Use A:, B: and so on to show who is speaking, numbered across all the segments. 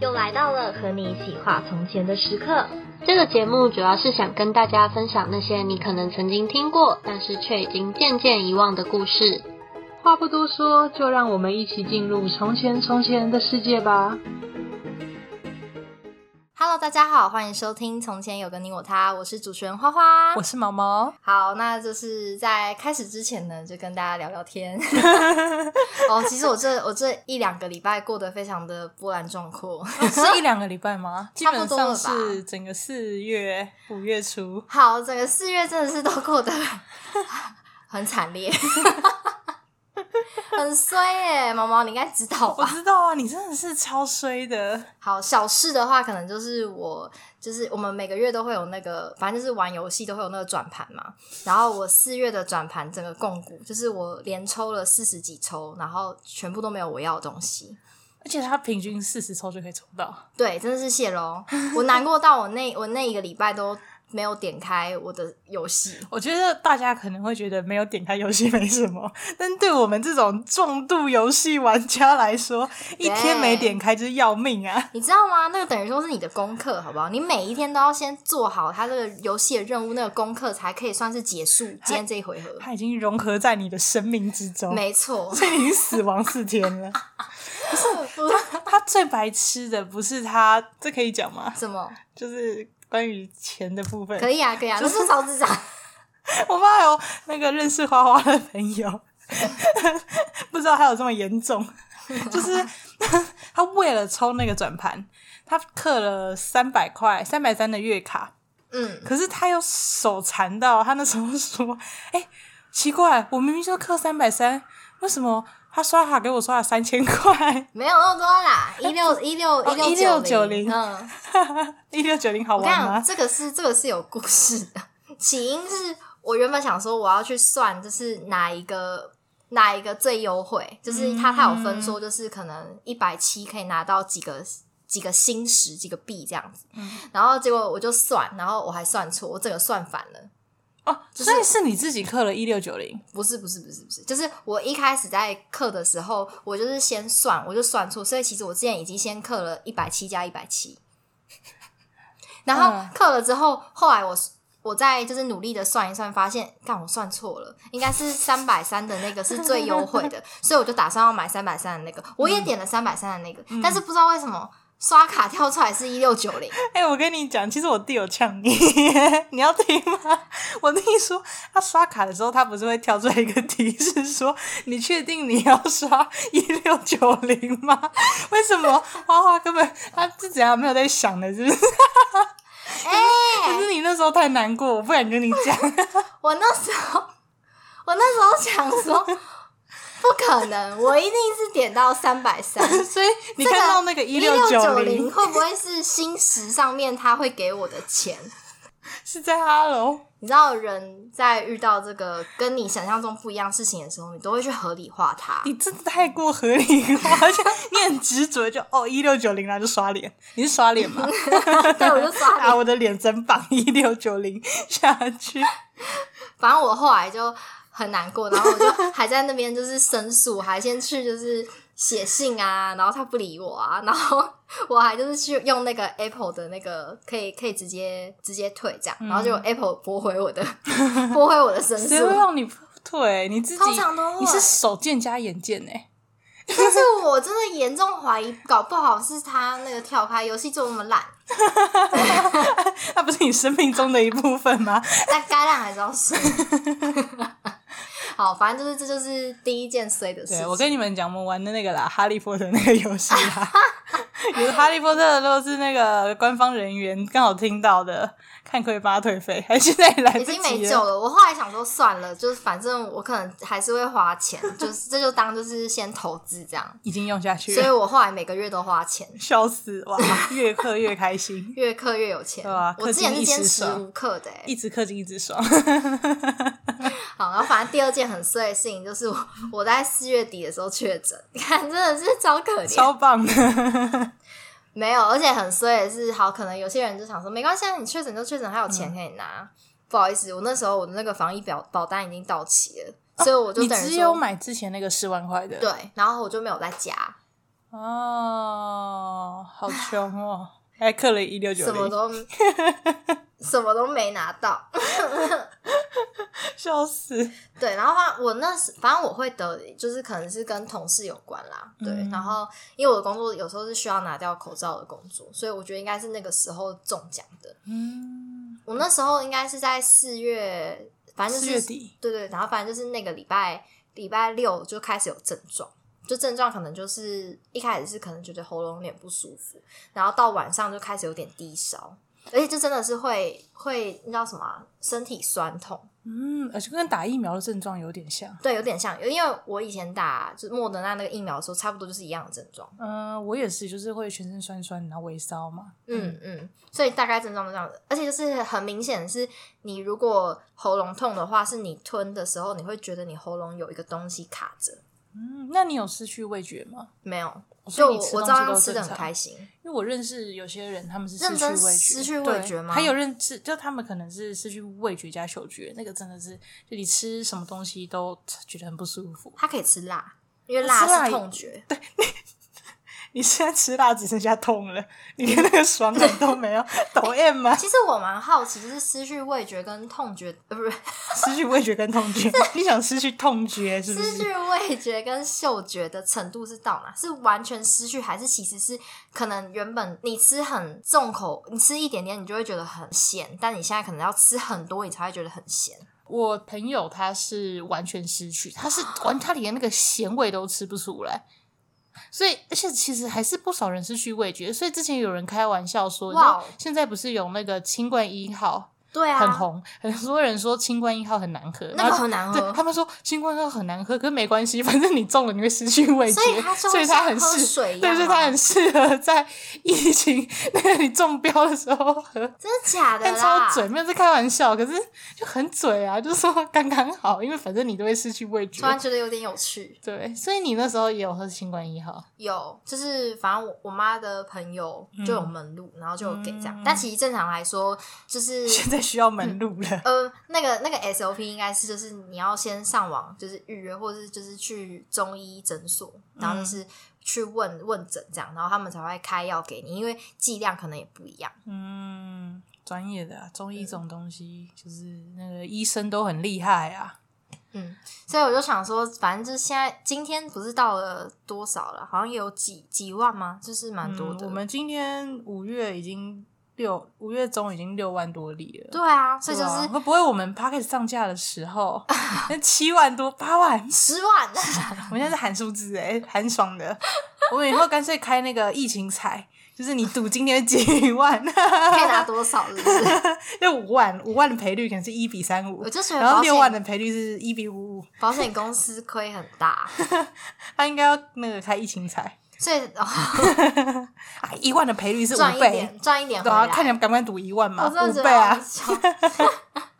A: 又来到了和你一起画从前的时刻。
B: 这个节目主要是想跟大家分享那些你可能曾经听过，但是却已经渐渐遗忘的故事。
C: 话不多说，就让我们一起进入从前从前的世界吧。
D: Hello，大家好，欢迎收听《从前有个你我他》，我是主持人花花
C: 我。是毛毛，
D: 好，那就是在开始之前呢，就跟大家聊聊 天。哦，其实我这我这一两个礼拜过得非常的波澜壮阔。
C: 是一两个礼 拜吗？基
D: 差不
C: 本
D: 多了
C: 上
D: 吧
C: 是整个四月、五月初。
D: 好，整个四月真的是都过得很惨烈， 很衰耶、毛毛你应该知道
C: 我
D: 吧？
C: 知道啊，你真的是超衰的。
D: 好，小事的话，可能就是我，就是我们每个月都会有那个，反正就是玩游戏都会有那个转盘嘛。然后我四月的转盘整个共股，就是我连抽了四十几抽，然后全部都没有我要的东西。
C: 而且他平均四十抽就可以抽到，
D: 对，真的是谢喽，我难过到我那我那一个礼拜都没有点开我的游戏。
C: 我觉得大家可能会觉得没有点开游戏没什么， 但对我们这种重度游戏玩家来说，一天没点开就是要命啊！
D: 你知道吗？那个等于说是你的功课，好不好？你每一天都要先做好它这个游戏的任务，那个功课才可以算是结束今天这一回合。
C: 它已经融合在你的生命之中，
D: 没错，
C: 这已经死亡四天了。
D: 不
C: 他最白痴的不是他，这可以讲吗？
D: 什么
C: 就是关于钱的部分。
D: 可以啊，可以啊，那是超 智障。
C: 我妈有那个认识花花的朋友，不知道还有这么严重，就是 他为了抽那个转盘，他刻了三百块、三百三的月卡，
D: 嗯，
C: 可是他又手残到，他那时候说：“哎、奇怪，我明明就刻三百三，为什么他刷卡给我刷了三千块？
D: 没有那么多 啦，一六一六
C: 哦
D: 一六
C: 1690
D: 嗯，
C: 一六九零好
D: 我跟你
C: 玩
D: 讲，
C: 吗？
D: 这个是这个是有故事的。 起因是我原本想说我要去算，就是哪一个哪一个最优惠，就是它它有分
C: 嗯
D: 说，就是可能一百七可以拿到几个几个星石几个币这样子。
C: 嗯
D: 然后结果我就算，然后我还算错，我整个算反了。
C: 哦，
D: 就是
C: 所以是你自己刻了一六九零，
D: 不是不是不是不是，就是我一开始在刻的时候，我就是先算，我就算错，所以其实我之前已经先刻了一百七加一百七， 然后
C: 嗯
D: 刻了之后，后来我我再就是努力的算一算，发现干我算错了，应该是三百三的那个是最优惠的，所以我就打算要买三百三的那个，我也点了三百三的那个，但是不知道为什么刷卡跳出来是一六九零，
C: 哎、我跟你讲，其实我弟有呛你， 你要听吗？我弟说他刷卡的时候，他不是会跳出来一个提示说：“你确定你要刷一六九零吗？”为什么花花根本他是怎样没有在想的，是不是？
D: 哎、
C: 可是你那时候太难过，我不敢跟你讲。
D: 我那时候， 我那时候想说， 不可能，我一定是点到三百三。
C: 所以你看到那个 一
D: 一
C: 六
D: 六
C: 九
D: 零
C: 零
D: 会不会是星石上面他会给我的钱？
C: 是在哈喽，
D: 你知道，人在遇到这个跟你想象中不一样事情的时候，你都会去合理化它。
C: 你真的太过合理化，而且你很执着，就哦一六九零，然后就刷脸，你是刷脸吗？
D: 对，我就 刷
C: 啊，
D: 脸。
C: 我的脸真棒，一六九零下去。
D: 反正我后来就很难过，然后我就还在那边就是申诉，还先去就是写信啊，然后他不理我啊，然后我还就是去用那个 Apple 的那个可以可以直接直接退这样，
C: 嗯
D: 然后就 Apple 驳回我的驳回我的申
C: 谁会
D: 诉。
C: 让你退？你自己
D: 通常都会
C: 你是手贱加眼贱呢、欸
D: 但是我真的严重怀疑，搞不好是他那个跳开游戏做那么烂，
C: 那不是你生命中的一部分吗？
D: 但该烂还是要 说。好，反正就是这就是第一件衰的事
C: 对，
D: 情。
C: 我跟你们讲，我们玩的那个啦，《哈利波特》那个游戏 啦，有《哈利波特》如果是那个官方人员刚好听到的，看可以帮他退费，还现在也来不
D: 已
C: 及
D: 经没救
C: 了。
D: 了。我后来想说算了，就是反正我可能还是会花钱，就是这就当就是先投资这样。
C: 已经用下去
D: 所以
C: 了，
D: 我后来每个月都花钱，
C: 笑死哇！越刻越开 心，
D: 越氪越有钱。
C: 对啊
D: 我之前
C: 氪金
D: 是
C: 一
D: 坚
C: 时
D: 持
C: 爽
D: 无氪的、欸。
C: 一直氪金一直 爽。
D: 好，然后反正第二件很衰的事情就是我我在四月底的时候确诊，看真的是超可怜。
C: 超棒的，
D: 没有，而且很衰的是，好，可能有些人就想说没关系，啊，你确诊就确诊，还有
C: 嗯
D: 钱可以拿。不好意思，我那时候我的那个防疫表保单已经到期了，所以我就
C: 你
D: 等于
C: 只
D: 说
C: 有买之前那个十万块的，
D: 对，然后我就没有在家。
C: 哦，好穷哦，还刻了一六九
D: 什么
C: 零，
D: 都什么都没拿到。
C: 笑死！
D: 对，然后反我那时反正我会得，就是可能是跟同事有关啦。对，
C: 嗯
D: 然后因为我的工作有时候是需要拿掉口罩的工作，所以我觉得应该是那个时候中奖的。
C: 嗯，
D: 我那时候应该是在四月，反正
C: 四
D: 就
C: 月
D: 是
C: 底，
D: 对对，然后反正就是那个礼拜礼拜六就开始有症状，就症状可能就是一开始是可能觉得喉咙有点不舒服，然后到晚上就开始有点低烧，而且这真的是会会那叫什么啊、身体酸痛。
C: 嗯，而且跟打疫苗的症状有点像。
D: 对，有点像，因为我以前打就是莫德纳那个疫苗的时候，差不多就是一样的症状。
C: 嗯、我也是，就是会全身酸酸，然后微烧嘛。
D: 嗯嗯，所以大概症状都这样子，而且就是很明显是，你如果喉咙痛的话，是你吞的时候，你会觉得你喉咙有一个东西卡着。
C: 嗯，那你有失去味觉吗？
D: 没有，
C: 所
D: 就
C: 以
D: 我
C: 你吃
D: 我
C: 东
D: 照
C: 西
D: 样
C: 都
D: 吃
C: 正
D: 的很
C: 常
D: 开心。
C: 因为我认识有些人，他们是失
D: 认
C: 去味
D: 真
C: 觉，
D: 失去味
C: 对
D: 觉吗
C: 还有认识，就他们可能是失去味觉加嗅觉，那个真的是，就你吃什么东西都觉得很不舒服。
D: 它可以吃辣，因为
C: 啊吃
D: 辣
C: 辣
D: 是
C: 也
D: 痛觉。
C: 你现在吃辣只剩下痛了，你连那个爽感都没 有，抖 M 吗？
D: 其实我蛮好奇，就是失去味觉跟痛觉，呃，不是
C: 失去味觉跟痛觉，你想失去痛觉是不
D: 失
C: 是？
D: 去味觉跟嗅觉的程度是到哪？是完全失去，还是其实是可能原本你吃很重口，你吃一点点你就会觉得很咸，但你现在可能要吃很多，你才会觉得很咸。
C: 我朋友他是完全失去，他是完他连那个咸味都吃不出来。所以，而且其实还是不少人失去味觉。所以之前有人开玩笑说，你知
D: 哇
C: 道
D: 哦
C: 现在不是有那个清冠一号，
D: 对啊，
C: 很红，很多人说清冠一号很难喝，
D: 那
C: 然
D: 个
C: 后
D: 很难
C: 对
D: 喝
C: 他。们说清冠一号很难喝，可是没关系，反正你中了你会失去味觉，
D: 所以它就
C: 所以
D: 会
C: 它
D: 像
C: 很
D: 喝
C: 适，
D: 水一
C: 对，
D: 样
C: 所以
D: 吗
C: 它很适合在疫情那个你中标的时候喝，
D: 真的假的
C: 但
D: 啦
C: 超？嘴，没有在开玩笑，可是就很嘴啊，就说 刚刚好，因为反正你都会失去味
D: 突
C: 觉
D: 然，觉得有点有趣。
C: 对，所以你那时候也有喝清冠一号，
D: 有，就是反正我我妈的朋友就
C: 嗯
D: 有门路，然后就有给这样。但其实正常来说， 就是
C: 在需要门路 了，
D: 呃，那个那个 SOP 应该是就是你要先上网，就是预约，或者是就是去中医诊所，然
C: 嗯
D: 后就是去问问诊这样，然后他们才会开药给你，因为剂量可能也不一样。
C: 嗯，专业的、啊、中医这种东西，就是那个医生都很厉害啊。
D: 嗯，所以我就想说，反正就是现在今天不是到了多少了，好像有几几万吗？就是蛮多的。
C: 嗯我们今天五月已经六，五月中已经六万多例了。
D: 对啊，所
C: 对
D: 以
C: 啊，
D: 就是
C: 会不会我们 p o c k e t 上架的 时候，那七万多八万？
D: 十万，
C: 我们现在是喊数字哎、喊爽的。我们以后干脆开那个疫情彩，就是你赌今天几万，
D: 可以拿 多少？是不是？
C: 就五万，五万的赔率可能是一比三五
D: 我，就觉得
C: 然后
D: 保
C: 六万的
D: 险
C: 赔率是一比五五。
D: 保险公司亏很大，
C: 他应该要那个开疫情彩
D: 所 以、哦、
C: 啊，一万的赔率是
D: 赚
C: 五
D: 一
C: 倍
D: 点，，赚一点回
C: 对啊，
D: 来。
C: 看你敢不敢赌一万嘛，
D: 我真的
C: 五
D: 觉
C: 倍
D: 得
C: 啊
D: 很。笑。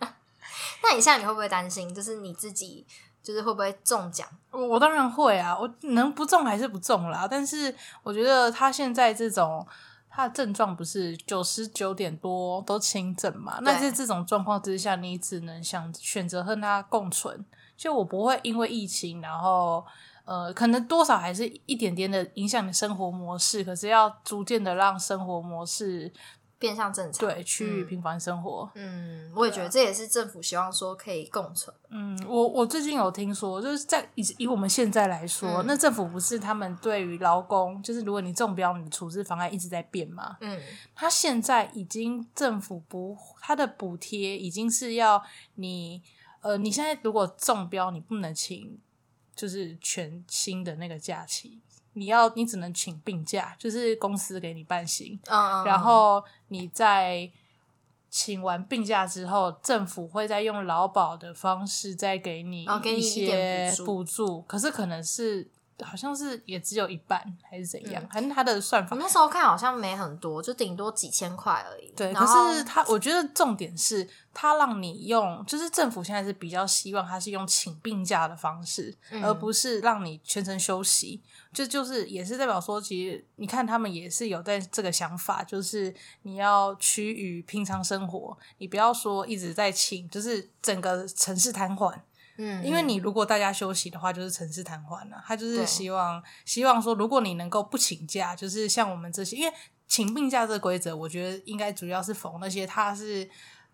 D: 那你现在你会不会担心？就是你自己，就是会不会中奖？
C: 我我当然会啊，我能不中还是不中啦。但是我觉得他现在这种他的症状不是九十九点多都轻症嘛，那在这种状况之下，你只能想选择和他共存。就我不会因为疫情，然后呃，可能多少还是一点点的影响你生活模式，可是要逐渐的让生活模式
D: 变相正常？
C: 对啊去
D: 嗯
C: 平凡生活。
D: 嗯，我也觉得这也是政府希望说可以共存。
C: 嗯，我我最近有听说，就是在以以我们现在来说，
D: 嗯
C: 那政府不是他们对于劳工，就是如果你中标，你的处置方案一直在变嘛？
D: 嗯，
C: 他现在已经政府不，他的补贴已经是要你，呃，你现在如果中标，你不能请就是全薪的那个假期，你要你只能请病假，就是公司给你办薪，
D: 嗯，嗯
C: 然后你在请完病假之后，政府会再用劳保的方式再给你
D: 哦给你
C: 一
D: 一点
C: 些
D: 补助
C: 补助，可是可能是好像是也只有一半还是怎样，
D: 嗯
C: 反正他的算
D: 我
C: 法。
D: 那时候看好像没很多，就顶多几千块而已。
C: 对，
D: 然
C: 可
D: 后
C: 是他，我觉得重点是，他让你用，就是政府现在是比较希望他是用请病假的方式，
D: 嗯
C: 而不是让你全程休息。这就是也是代表说，其实你看他们也是有在这个想法，就是你要趋于平常生活，你不要说一直在请，就是整个城市瘫痪。
D: 嗯，
C: 因为你如果大家休息的话，就是城市瘫痪了。他就是
D: 对
C: 希望希望说，如果你能够不请假，就是像我们这些，因为请病假这个规则，我觉得应该主要是否那些他是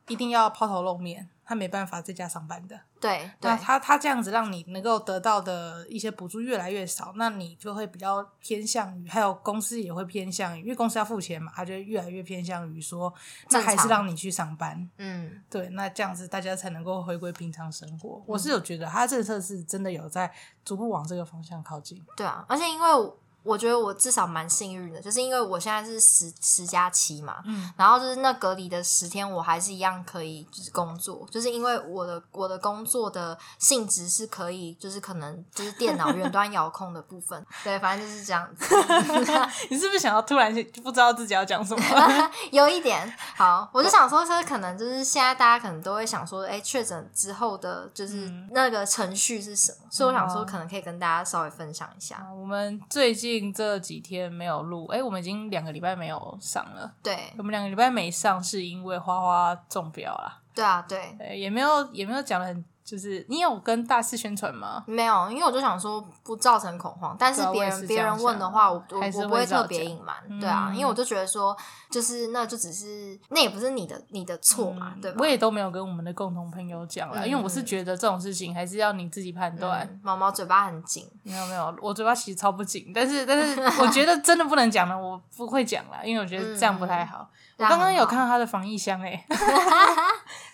C: 一定要抛头露面，他没办法在家上班的。
D: 嗯对对
C: 那他他这样子让你能够得到的一些补助越来越少，那你就会比较偏向于，还有公司也会偏向于，因为公司要付钱嘛，他就越来越偏向于说，那
D: 正
C: 还是
D: 常
C: 让你去上班。
D: 嗯
C: 对，那这样子大家才能够回归平常生活。我是有觉得他政策是真的有在逐步往这个方向靠近。
D: 对啊，而且因为我我觉得我至少蛮幸运的，就是因为我现在是十十加七嘛，
C: 嗯，
D: 然后就是那隔离的十天，我还是一样可以就是工作，就是因为我的我的工作的性质是可以，就是可能就是电 脑远端遥控的部分，对，反正就是这样子，
C: 你是不是想要突然就不知道自己要讲什么？
D: 有一点好，我就想说，这可能就是现在大家可能都会想说，哎，确诊之后的就是
C: 嗯哦
D: 那个程序是什么？所以我想说，可能可以跟大家稍微分享一下，
C: 我们最近这几天没有录，哎、我们已经两个礼拜没有上了。
D: 对
C: 我们两个礼拜没上是因为花花中标啦，
D: 对啊，对。
C: 对，也没有也没有讲的很，就是你有跟大肆宣传吗？
D: 没有，因为我就想说不造成恐慌，但是
C: 对啊
D: 别
C: 我也
D: 人
C: 是这
D: 别
C: 样
D: 人问的
C: 想
D: 话，我我
C: 还是
D: 我不
C: 会
D: 会
C: 照
D: 特别
C: 讲
D: 隐瞒，对啊，
C: 嗯
D: 因为我就觉得说，就是那就只是那也不是你的你的错嘛，对吧？
C: 嗯我也都没有跟我们的共同朋友讲啦，
D: 嗯
C: 因为我是觉得这种事情还是要你自己判断。
D: 嗯毛毛嘴巴很紧，
C: 没有没有，我嘴巴其实超不紧，但是但是我觉得真的不能讲了，我不会讲了，因为我觉得这样不太好。
D: 嗯
C: 我刚刚有
D: 这样很好
C: 看到他的防疫箱 哎、欸，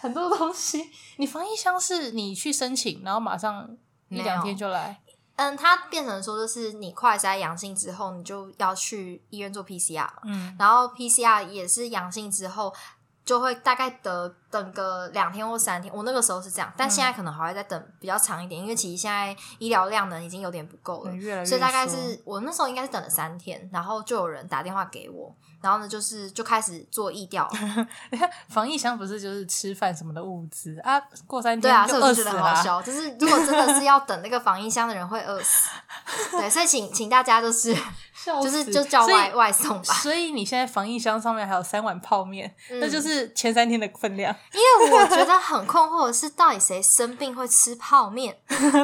C: 很多东西。你防疫箱是你去申请，然后马上一两天就来，
D: 嗯，它变成说就是你快筛阳性之后，你就要去医院做 PCR 嘛，
C: 嗯，
D: 然后 PCR 也是阳性之后。就会大概得等个两天或三天，我那个时候是这样，但
C: 嗯
D: 现在可能还会再等比较长一点，因为其实现在医疗量能已经有点不够了，
C: 越来越
D: 所以大概
C: 缩
D: 是我那时候应该是等了三天，然后就有人打电话给我，然后呢就是就开始做疫 调，
C: 防疫箱不是就是吃饭什么的物资啊，过三
D: 对
C: 天
D: 啊，所
C: 就
D: 以我
C: 饿
D: 就
C: 死
D: 觉得
C: 了
D: 很好
C: 啊。
D: 笑，就是如果真的是要等那个防疫箱的人会饿死，对，所以请请大家就是
C: 笑
D: 就是
C: 死
D: 就叫
C: 所以
D: 外外送吧，
C: 所以你现在防疫箱上面还有三碗泡面，
D: 嗯
C: 那就是前三天的分量。
D: 因为我觉得很困惑的是，到底谁生病会吃泡面？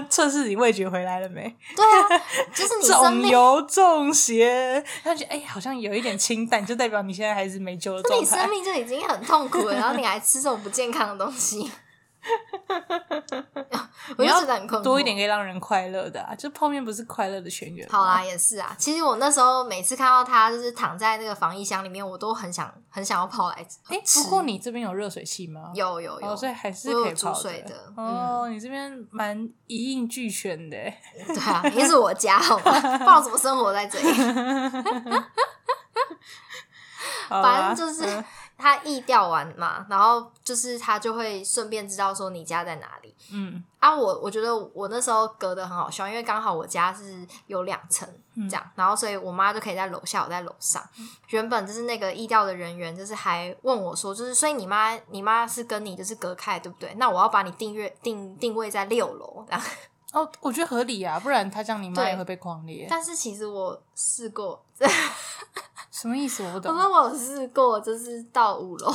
C: 测试你味觉回来了没？
D: 对啊，就是你生
C: 重
D: 病
C: 油重咸，他觉得哎、好像有一点清淡，就代表你现在还是没救的
D: 那
C: 状
D: 你生
C: 态。
D: 命就已经很痛苦了，然后你还吃这种不健康的东西， 我就觉得很困惑。
C: 多一点可以让人快乐的、啊，就泡面不是快乐的泉源吗。
D: 好啦，也是啊。其实我那时候每次看到他就是躺在那个防疫箱里面，我都很想很想要跑来吃。
C: 哎、不过你这边有热水器吗？
D: 有有有，
C: 哦，所以还是
D: 我有
C: 可以
D: 煮
C: 泡
D: 水的嗯
C: 哦，你这边蛮一应俱全的欸。
D: 对啊，也是我家，好吧？ 不然我怎么生活在这里？
C: 好
D: 反
C: 吧
D: 正就是
C: 嗯
D: 他疫调完嘛，然后就是他就会顺便知道说你家在哪里。
C: 嗯
D: 啊，我我觉得我那时候隔得很好笑，因为刚好我家是有两层
C: 嗯
D: 这样，然后所以我妈就可以在楼下，我在楼上。原本就是那个医调的人员，就是还问我说，就是所以你妈你妈是跟你就是隔开，对不对？那我要把你定位定定位在六楼这样。
C: 哦，我觉得合理啊，不然他这样你妈
D: 对
C: 也会被框裂。
D: 但是其实我试过，
C: 什么意思？我不
D: 我
C: 懂。
D: 说我有试过，就是到五楼，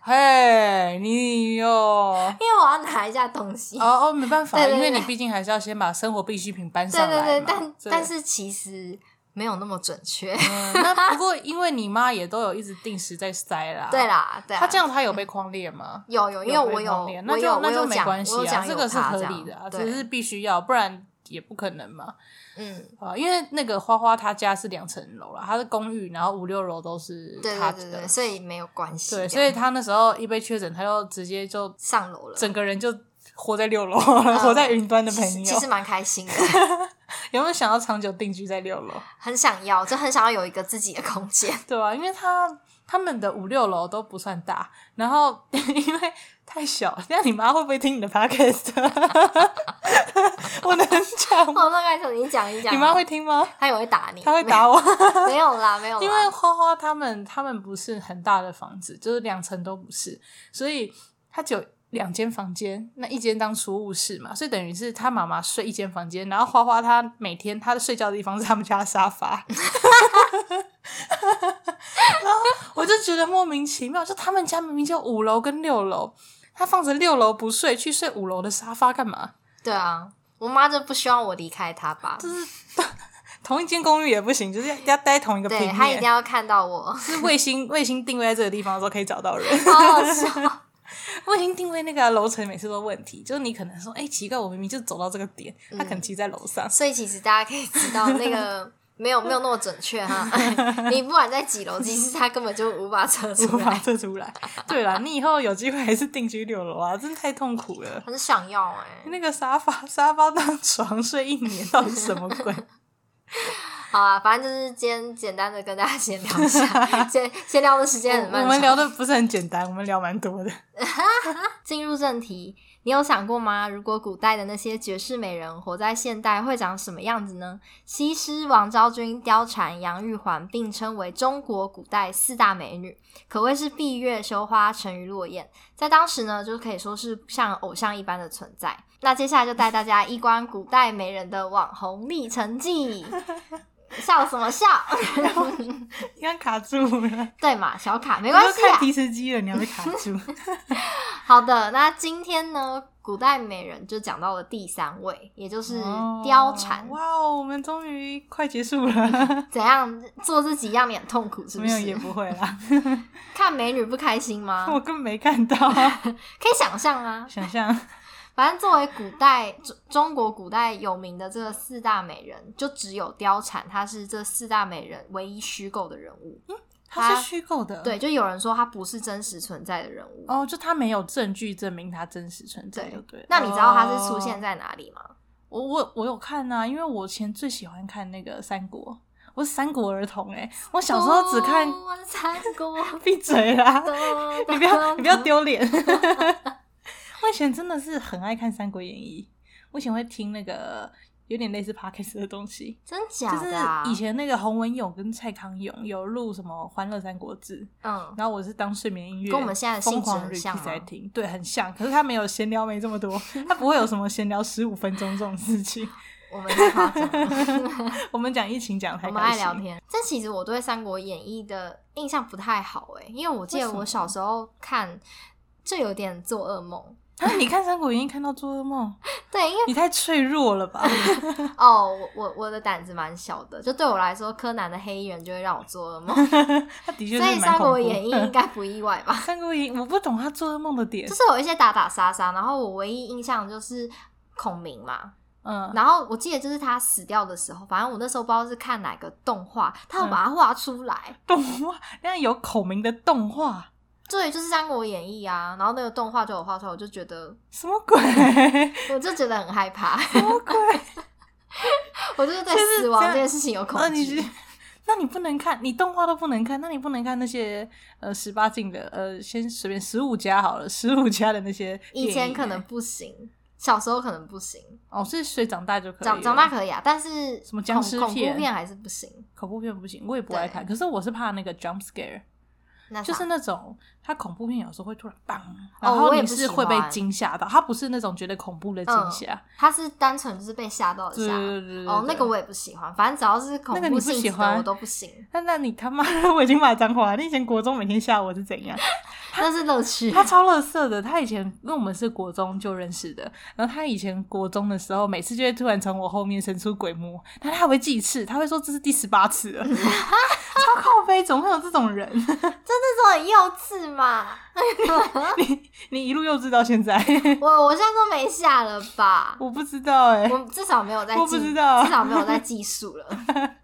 C: 嘿，你哟、
D: 因为我要拿一下东西。
C: 哦哦，没办法，
D: 对对
C: 因为
D: 对
C: 你毕竟还是要先把生活必需品搬
D: 对
C: 上
D: 对对
C: 来嘛，
D: 但但是其实没有那么准确。
C: 嗯那不过因为你妈也都有一直定时在塞啦，
D: 对，啦，对啊。
C: 她这样她有被框列吗？
D: 有有，因为我
C: 被
D: 有
C: 框列那
D: 我
C: 就
D: 有我
C: 那就
D: 有
C: 没
D: 讲
C: 关系
D: 我有
C: 啊，
D: 讲
C: 这
D: 有
C: 个是
D: 他
C: 合
D: 样
C: 理的啊，
D: 对
C: 只是必须要，不然也不可能嘛。
D: 嗯，
C: 啊，因为那个花花她家是两层楼啦，她是公寓，然后五六楼都是
D: 对
C: 她
D: 对
C: 的，
D: 对对，所以没有关系这
C: 对
D: 样。
C: 所以她那时候一被确诊，她就直接就
D: 上楼了，
C: 整个人就活在六楼了， 活在云端的朋
D: 其实其
C: 友，
D: 实蛮开心的，
C: 有没有想要长久定居在六楼？
D: 很想要，就很想要有一个自己的空间。
C: 对啊，因为他他们的五六楼都不算大，然后 因为太小，那你妈会不会听你的 podcast？我能讲吗？
D: 哦，那开头你讲一讲，
C: 你妈会，听吗？
D: 她也会打你，
C: 她会打我，
D: 没有，没有啦，没有啦，
C: 因为花花他们他们不是很大的房子，就是两层都不是，所以他只有两间房间，那一间当储物室嘛，所以等于是他妈妈睡一间房间，然后花花她每天她的睡觉的地方是他们家的沙发。 然后我就觉得莫名其妙，就他们家明明就五楼跟六楼，他放着六楼不睡，去睡五楼的沙发干嘛？
D: 对啊，我妈就不希望我离开她吧，
C: 同一间公寓也不行，就是要待同一个平
D: 对
C: 面。
D: 她一定要看到我，
C: 就是卫星卫星定位在这个地方的时候可以找到人。
D: 好好 笑。
C: 卫星定位那个楼层每次都有问题，就是你可能说，哎、奇怪，我明明就走到这个点，他可能其实在楼 上。
D: 所以其实大家可以知道那个。没有没有那么准确 哈，你不管在几楼，其实她根本就无法测出
C: 无法
D: 来。
C: 测出来。对啦，你以后有机会还是定居六楼啊，真的太痛苦了。
D: 很想要哎、
C: 那个沙发沙发当床睡一年，到底是什么 鬼？
D: 好啊，反正就是今天简单的跟大家闲聊一 下，闲闲聊的时间很漫
C: 我
D: 长。
C: 们聊的不是很简单，我们聊蛮 多的。
D: 进入正题，你有想过吗？如果古代的那些绝世美人活在现代，会长什么样子呢？西施、王昭君、貂蝉、杨玉环并称为中国古代四大美女，可谓是闭月羞花、沉鱼落雁。在当时呢，就是可以说是像偶像一般的存在。那接下来就带大家一观古代美人的网红历程 记。笑什么笑？
C: 你看卡住了，
D: 对嘛，小卡没关系、
C: 我
D: 啊
C: 都看。提词机了，你还没卡住？
D: 好的，那今天呢，古代美人就讲到了第三位，也 就是貂蝉。
C: 哦哇哦，我们终于快结束了，
D: 怎样做自己让你很痛苦， 是不
C: 没有也
D: 是？
C: 不会 啦，
D: 看美女不开心吗？
C: 我根本没看 到。
D: 可以想象啊。
C: 想象
D: 反正作为古代中中国古代有名的这四大美人，就只有貂蝉，她是这四大美人唯一虚构的人物。
C: 嗯它是虚构的，
D: 对，就有人说她不是真实存在的人物。
C: 哦，就他没有证据证明它真实存在，就对了。
D: 那你知道她是出
C: 哦
D: 现在哪里吗？
C: 我我我有看啊呐、因为我以前最喜欢看那个《三国》，我是三国儿童哎、我小时候只看，
D: 哦我三国
C: 闭嘴啦，
D: 的，
C: 你不要你不要
D: 嗯
C: 丢 脸。我以前真的是很爱看《三国演义》，我以前会听那个有点类似 podcast 的东西，
D: 真假
C: 就是
D: 的、啊？
C: 以前那个洪文勇跟蔡康永有录什么《欢乐三国志》，
D: 嗯，
C: 然后我是当睡眠音乐，
D: 跟我们现在的
C: 疯
D: 性质
C: 狂
D: 很
C: repeat
D: 像哦吗
C: 在听，对，很像。可是他没有闲聊没这么多，他不会有什么闲聊十五分钟这种事情。
D: 我们太 夸张了。
C: 我们讲疫情讲得太
D: 我们爱
C: 开心
D: 聊天。但其实我对《三国演义》的印象不太好哎、因为我记
C: 为
D: 得
C: 什么
D: 我小时候看就有点做噩梦。
C: 啊！你看《三国演义》看到做噩梦，
D: 对，因为
C: 你太脆弱了 吧？
D: 哦，我我我的胆子蛮小的，就对我来说，柯南的黑衣人就会让我做噩梦，所
C: 他的
D: 以
C: 确是
D: 《
C: 蛮
D: 三
C: 恐
D: 国
C: 怖？
D: 演义》应该不意外吧
C: 三国演义》，我不懂他做噩梦的点
D: 就。是有一些打打杀杀，然后我唯一印象就是孔明嘛，
C: 嗯，
D: 然后我记得就是他死掉的时候，反正我那时候不知道是看哪个动画，他有把它画出来，
C: 动画，那有孔明的动画，
D: 对，就是《三国演义》啊，然后那个动画就有画出来，我就觉得
C: 什么鬼？
D: 我就觉得很害怕，
C: 什么鬼？
D: 我就是对
C: 就是
D: 死亡这
C: 这样
D: 件事情有恐
C: 那你
D: 惧
C: 是。， 那你不能看，你动画都不能看，那你不能看那些呃十八禁的，呃，先随便十五加好了，十五加的那些电影欸。
D: 以前可能不行，小时候可能不行，
C: 哦，是所以长大就可以
D: 长
C: 了
D: 长大可以啊，但是
C: 什么僵
D: 恐
C: 尸
D: 恐怖
C: 片
D: 片还是不行。
C: 恐怖片不行，我也不爱看。可是我是怕那个 jump scare，
D: 那
C: 就是
D: 啥
C: 那种它恐怖片有时候会突然砰，然
D: 哦
C: 后
D: 我也
C: 你
D: 不喜
C: 是
D: 欢
C: 会被惊吓到，它不是那种觉得恐怖的惊吓。
D: 嗯他是单纯就是被吓到一
C: 对
D: 下。
C: 对对对对
D: 哦，那个我也不喜欢，反正只要是恐
C: 那个
D: 怖
C: 你不
D: 性
C: 喜
D: 质的
C: 欢
D: 我都不行，
C: 那那你他妈， 我已经骂脏话了。你以前国中每天吓我是怎样？
D: 那是乐趣。
C: 他超乐色的，他以前因为我们是国中就认识的，然后他以前国中的时候，每次就会突然从我后面伸出鬼摸，但他还会记次，他会说这是第十八次 了，超靠背，怎么会有这种人？
D: 这种很幼稚嘛，
C: 你你一路幼稚到现在，
D: 我我现在都没下了吧？
C: 我不知道哎、
D: 我至少没有在
C: 我不
D: 记，
C: 知道
D: 至少没有在技术了。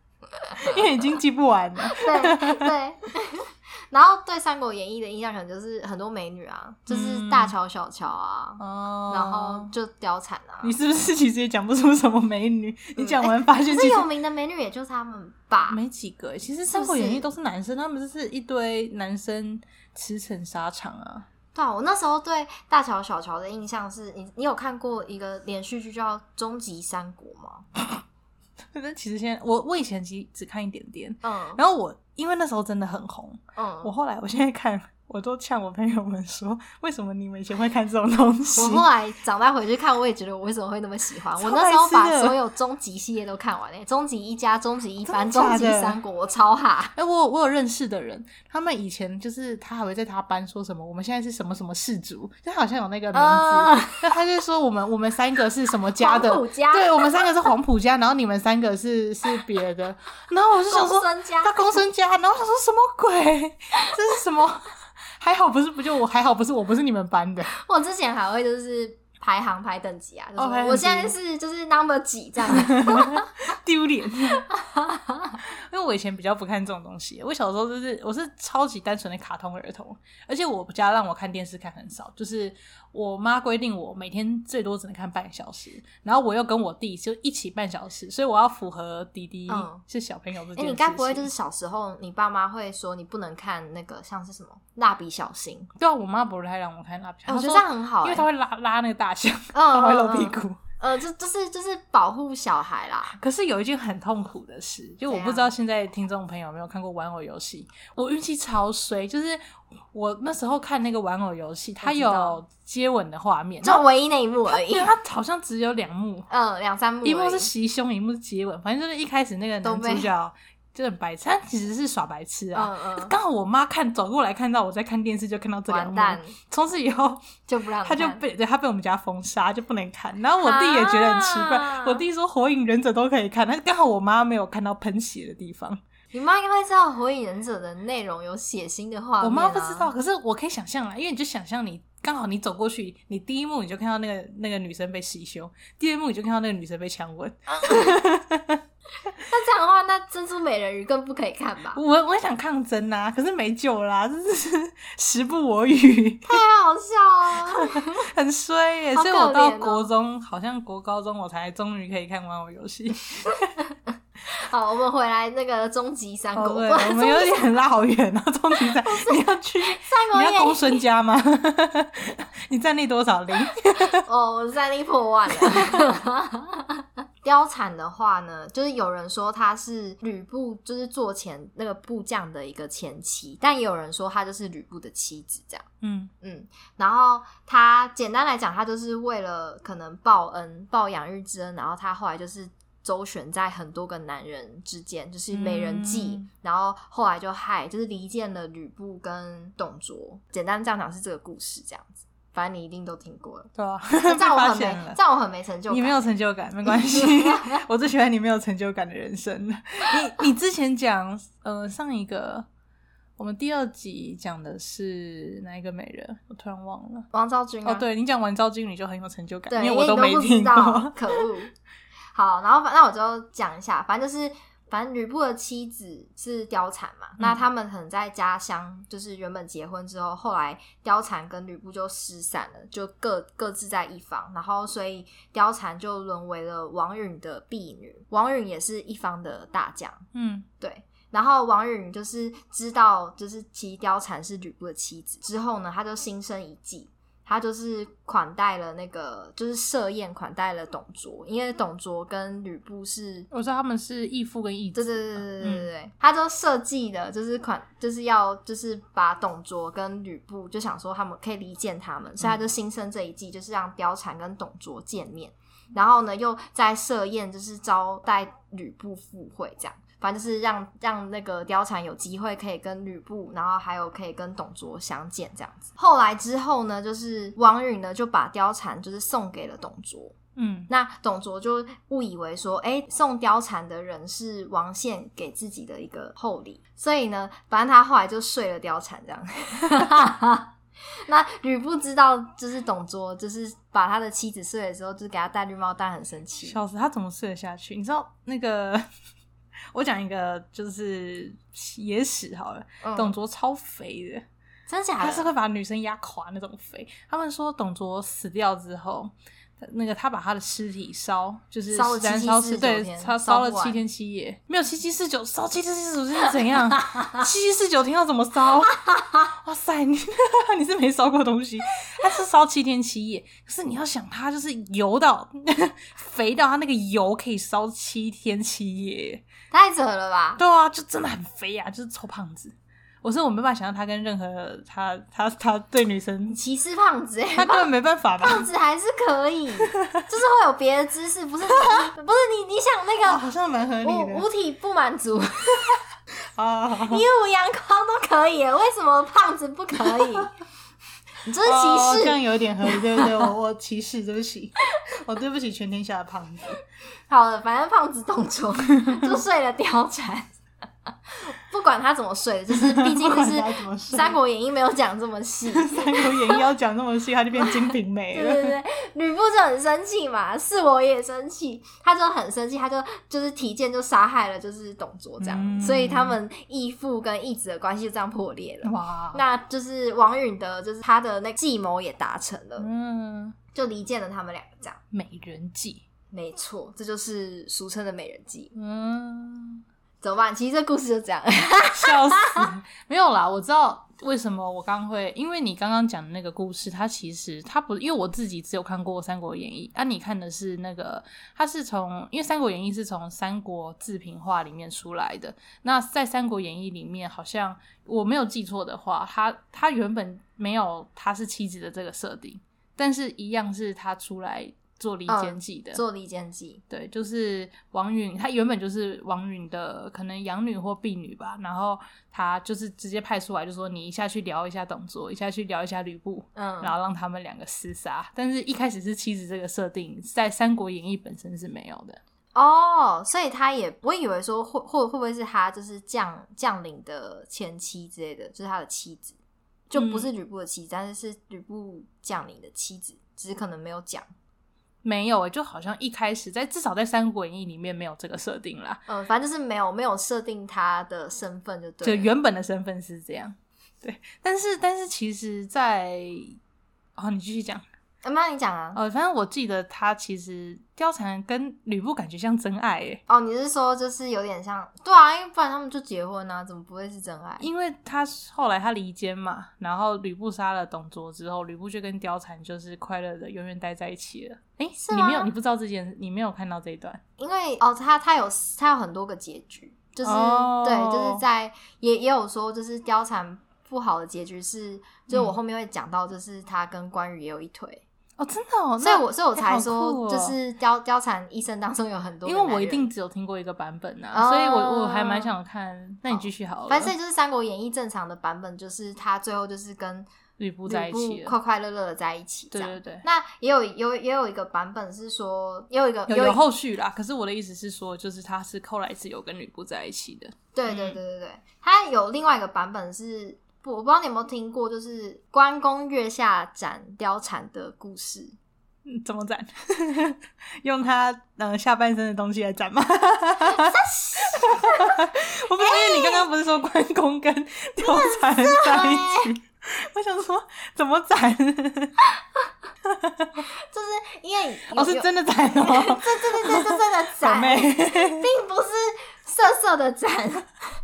C: 因为已经记不 完了。
D: 对对。 然后对《三国演义》的印象可能就是很多美女啊，就是大乔、小乔啊，
C: 哦
D: 然后就貂蝉啊。
C: 你是不是其实也讲不出什么美女？你讲完发现
D: 嗯哎可
C: 其
D: 是
C: 实
D: 有名的美女也就是他们吧？
C: 哦没几个欸。其实《
D: 是不
C: 三国演义
D: 是》
C: 都是男生，他们就是一堆男生驰骋沙场啊。
D: 对啊，我那时候对大乔、小乔的印象是你，你有看过一个连续剧叫《终极三国》吗？
C: 但其实现在我我以前其实只看一点点，
D: 嗯
C: 然后我因为那时候真的很红，
D: 嗯，
C: 我后来我现在看我都呛我朋友们说，为什么你们以前会看这种东西？
D: 我后来长大回去看，我也觉得我为什么会那么喜欢。我
C: 超白
D: 那时候
C: 痴
D: 把
C: 的
D: 所有终极系列都看完了，欸终极一家、终极一番、
C: 真的
D: 终
C: 假的
D: 极三国，我超哈。
C: 哎、我我有认识的人，他们以前就是他还会在他班说什么，我们现在是什么什么氏族，就他好像有那个名字，
D: 啊
C: 那、他就说我们我们三个是什么家的，
D: 黄埔家
C: 对我们三个是黄埔家，然后你们三个是是别的，然后我就想说
D: 公孙家
C: 他公孙家，然后他说什么鬼，这是什么？ 还好不是不就我，还好不是我不是你们班的，
D: 我之前还会就是排行排等级啊，就
C: 哦
D: 是
C: 排等级
D: 我现在是就是 number 几这样。啊
C: 丢 脸。因为我以前比较不看这种东西，我小时候就是我是超级单纯的卡通儿童，而且我家让我看电视看很少，就是我妈规定我每天最多只能看半小时，然后我又跟我弟就一起半小时，所以我要符合弟弟
D: 嗯
C: 是小朋友这件事
D: 哎、
C: 情。
D: 你该不会就是小时候你爸妈会说你不能看那个像是什么蜡笔小新？
C: 对啊？我妈不太让我看蜡笔小
D: 哎
C: 新，
D: 我觉得
C: 她
D: 这样
C: 说
D: 很好、
C: 因为
D: 欸，
C: 她会拉拉那个大象，
D: 嗯
C: 她会露
D: 嗯
C: 屁
D: 嗯
C: 股。
D: 呃，就就是就是保护小孩啦。
C: 可是有一件很痛苦的事，就我
D: 怎样
C: 不知道现在听众朋友有没有看过玩偶游戏，我运气超衰，就是我那时候看那个玩偶游戏，它
D: 我知道
C: 有接吻的画面，然
D: 就
C: 后
D: 唯一那一幕而已
C: 因为，它好像只有两幕，
D: 嗯，两三幕而已，
C: 一幕是袭胸，一幕是接吻，反正就是一开始那个
D: 都
C: 男
D: 被
C: 主角就很白痴，他其实是耍白痴啊。
D: 嗯嗯，
C: 刚好我妈看走过来看到我在看电视，就看到这两
D: 完
C: 幕，
D: 蛋
C: 从此以后
D: 就不让你
C: 他就
D: 看
C: 被对他被我们家封杀，就不能看。然后我弟也觉得很奇怪，
D: 啊
C: 我弟说《火影忍者》都可以看，但是刚好我妈没有看到喷血的地方，
D: 你妈应该会知道《火影忍者》的内容有血腥的画面、啊，
C: 我妈不知道。，可是我可以想象啦，因为你就想象你刚好你走过去，你第一幕你就看到那个那个女生被袭胸，第二幕你就看到那个女生被强吻。
D: 那这样的话，那珍珠美人鱼更不可以看吧？
C: 我我想抗争啊，可是没救啦，这是 时不 我与，
D: 太好笑了！
C: 很衰耶。
D: 好
C: 所以我到
D: 可怜哦
C: 国中，好像国高中我才终于可以看玩偶游戏。
D: 好，我们回来那个终极三国，
C: 哦，对，
D: 不然
C: 我们有点拉好远啊，终极在你要去
D: 三国
C: 你要公
D: 演义
C: 孙家吗？ 你战力多少 零？
D: 哦，我战力破万了。 貂蝉的话呢，就是有人说她是吕布，就是做前那个部将的一个前妻，但也有人说她就是吕布的妻子这样。
C: 嗯，
D: 嗯，然后他简单来讲，他就是为了可能报恩、报养育之恩，然后他后来就是周旋在很多个男人之间，就是美人计，
C: 嗯
D: 然后后来就害就是离间了吕布跟董卓。简单这样讲是这个故事，这样子，反正你一定都听
C: 。
D: 过了
C: 对啊，
D: 这样我
C: 发
D: 很
C: 现
D: 没
C: 了，
D: 这。样我很没成就感。
C: 你没有成就感，没关系。 我最喜欢你没有成就感的人生了。你你之前讲，呃，上一个我们第二集讲的是哪一个美人？我突然忘了。
D: 王昭君、啊、
C: 哦，对你讲完赵经理就很有成就感，
D: 对，
C: 因
D: 因
C: 为我
D: 你
C: 没
D: 不知
C: 听
D: 道
C: 过，。
D: 可恶。好，然后反那我就讲一下，反正就是，反正吕布的妻子是貂蝉嘛，
C: 嗯
D: 那他们可能在家乡，就是原本结婚之后，后来貂蝉跟吕布就失散了，就各各自在一方，然后所以貂蝉就沦为了王允的婢女，王允也是一方的大将，
C: 嗯，
D: 对。然后王允就是知道，就是其实貂蝉是吕布的妻子之后呢，他就心生一计，他就是款待了那个，就是设宴款待了董卓，因为董卓跟吕布是。
C: 我知道他们是义父跟义
D: 对
C: 子。
D: 对对对对对对，他就设计的，就是款，就是要就是把董卓跟吕布，就想说他们可以离间他们，所以他就心生这一计，就是让貂蝉跟董卓见面，然后呢又在设宴，就是招待吕布赴会，这样，反正就是让让那个貂蝉有机会可以跟吕布，然后还有可以跟董卓相见这样子。后来之后呢，就是王允呢就把貂蝉就是送给了董卓，
C: 嗯
D: 那董卓就误以为说，哎、送貂蝉的人是王宪给自己的一个厚礼，所以呢，反正他后来就睡了貂蝉这样。 那吕布知道，就是董卓，就是把他的妻子睡了之后，就是给他戴绿帽戴，很生气。
C: 笑死，他怎么睡得下去？你知道那个， 我讲一个就是野史好了，
D: 嗯
C: 董卓超肥的，
D: 真假
C: 他是
D: 的？
C: 会把女生压垮那种肥。他们说董卓死掉之后，那个他把他的尸体烧，就是
D: 烧了
C: 燃
D: 七
C: 烧
D: 七
C: 尸
D: 49
C: 对
D: 天，
C: 他
D: 烧
C: 烧了
D: 不完
C: 七天七夜，没有七七四九烧七七四九是 怎样？七七四九天要怎么烧？哇塞，你 你是没烧过东西，他是烧七天七夜，可是你要想，他就是油到 肥到他那个油可以烧七天七夜，
D: 太扯了吧！
C: 对啊，就真的很肥啊，就是臭胖子。我说我没办法想象他跟任何他他他对女生，
D: 歧视胖子、欸，
C: 他根本没办法吧？
D: 胖子还是可以，就是会有别的姿势，不是你不是你你想
C: 哦
D: 那
C: 好
D: 个
C: 像 蛮合理
D: 五五
C: 的
D: 体不满足，
C: 啊。 好好好
D: 你五阳光都可以，为什么胖子不可 以？你这是
C: 哦
D: 歧
C: 这
D: 视。
C: 样有点合理，对不对？我我歧视，对不起，我对不起全天下的胖子。
D: 好了，反正胖子动 床就睡了貂蝉，不管他怎么睡的，就是毕竟 就
C: 不管他怎么
D: 是
C: 睡
D: 《三国演义》没有讲这么细。
C: 《三国演义》要讲那么细，他就变金瓶梅
D: 对
C: 了。
D: 对对，吕布就很生气嘛，是我也生气，他就很生气，他就就是提剑就杀害了就是董卓这样，
C: 嗯
D: 所以他们义父跟义子的关系就这样破裂了。
C: 哇，
D: 那就是王允的，就是他的那计谋也达成了，
C: 嗯，
D: 就离间了他们两个这样。
C: 美人计，
D: 没错，这就是俗称的美人计。
C: 嗯，
D: 怎么办？其实这故事就这样。
C: 笑死，没有啦，我知道为什么我刚刚会，因为你刚刚讲的那个故事，它其实它不，因为我自己只有看过《三国演义》，啊，你看的是那个，它是从，因为《三国演义》是从三国志平话里面出来的，那在《三国演义》里面，好像我没有记错的话，他他原本没有他是妻子的这个设定，但是一样是他出来做离间计的、
D: 做离间计，
C: 对，就是王允，她原本就是王允的可能养女或婢女吧，然后她就是直接派出来，就说你一下去聊一下董卓，一下去聊一下吕布，
D: 嗯，
C: 然后让他们两个厮杀。但是一开始是妻子这个设定，在《三国演义》本身是没有的。
D: 哦，所以他也，我以为说会会会不会是他就是将将领的前妻之类的，就是他的妻子，就不
C: 嗯
D: 是吕布的妻子，但是是吕布将领的妻子，只是可能没有讲。
C: 没有诶、欸就好像一开始在至少在《三国演义》里面没有这个设定啦，
D: 嗯，反正就是没有没有设定他的身份就
C: 就
D: 对了。
C: 原本的身份是这样。对，但是但是其实在，哦，你继续讲。
D: 啊，那你讲啊。
C: 呃，反正我记得他其实貂蝉跟吕布感觉像真爱诶、
D: 哦，你是说就是有点像，对啊，因为不然他们就结婚啊，怎么不会是真爱？
C: 因为他后来他离间嘛，然后吕布杀了董卓之后，吕布就跟貂蝉就是快乐的永远待在一起了。诶，
D: 是吗
C: 你没有你不知道这件事，你没有看到这一段，
D: 因为哦，他他有他有很多个结局，就是、
C: 哦
D: 对，就是在也也有说，就是貂蝉不好的结局是，就是
C: 嗯
D: 我后面会讲到，就是他跟关羽也有一腿，
C: 哦，真的哦，
D: 所以
C: 那
D: 我所以我
C: 诶
D: 才
C: 好
D: 说，
C: 酷哦
D: 就是貂貂蝉一生当中有很多，
C: 因为我一定。只有听过一个版本
D: 哦
C: 啊，所以我我还蛮想看。那你继续好了，
D: 反正就是《三国演义》正常的版本，就是他最后就是跟
C: 吕布在一起
D: 快
C: 了，
D: 快乐乐的在一起这
C: 对
D: 样。
C: 对对。
D: 那也有有也有一个版本是说，也有一个
C: 有
D: 一
C: 有后续啦，可是我的意思是说，就是他是后来是有跟吕布在一起的，
D: 对对
C: 嗯
D: 对对对，它有另外一个版本是，不我不知道你有没有听过，就是关公月下斩貂蝉的故事。
C: 嗯 怎么斩？用他呃下半身的东西来斩吗？ 我不是因为你刚刚不是说关公跟貂蝉在一
D: 哎
C: 起，我想说怎么斩？
D: 就是因为有
C: 哦，是
D: 有
C: 真的斩 哦，
D: 这这这这这真 的
C: 小
D: 斩，
C: 妹，
D: 并不是色色的斩，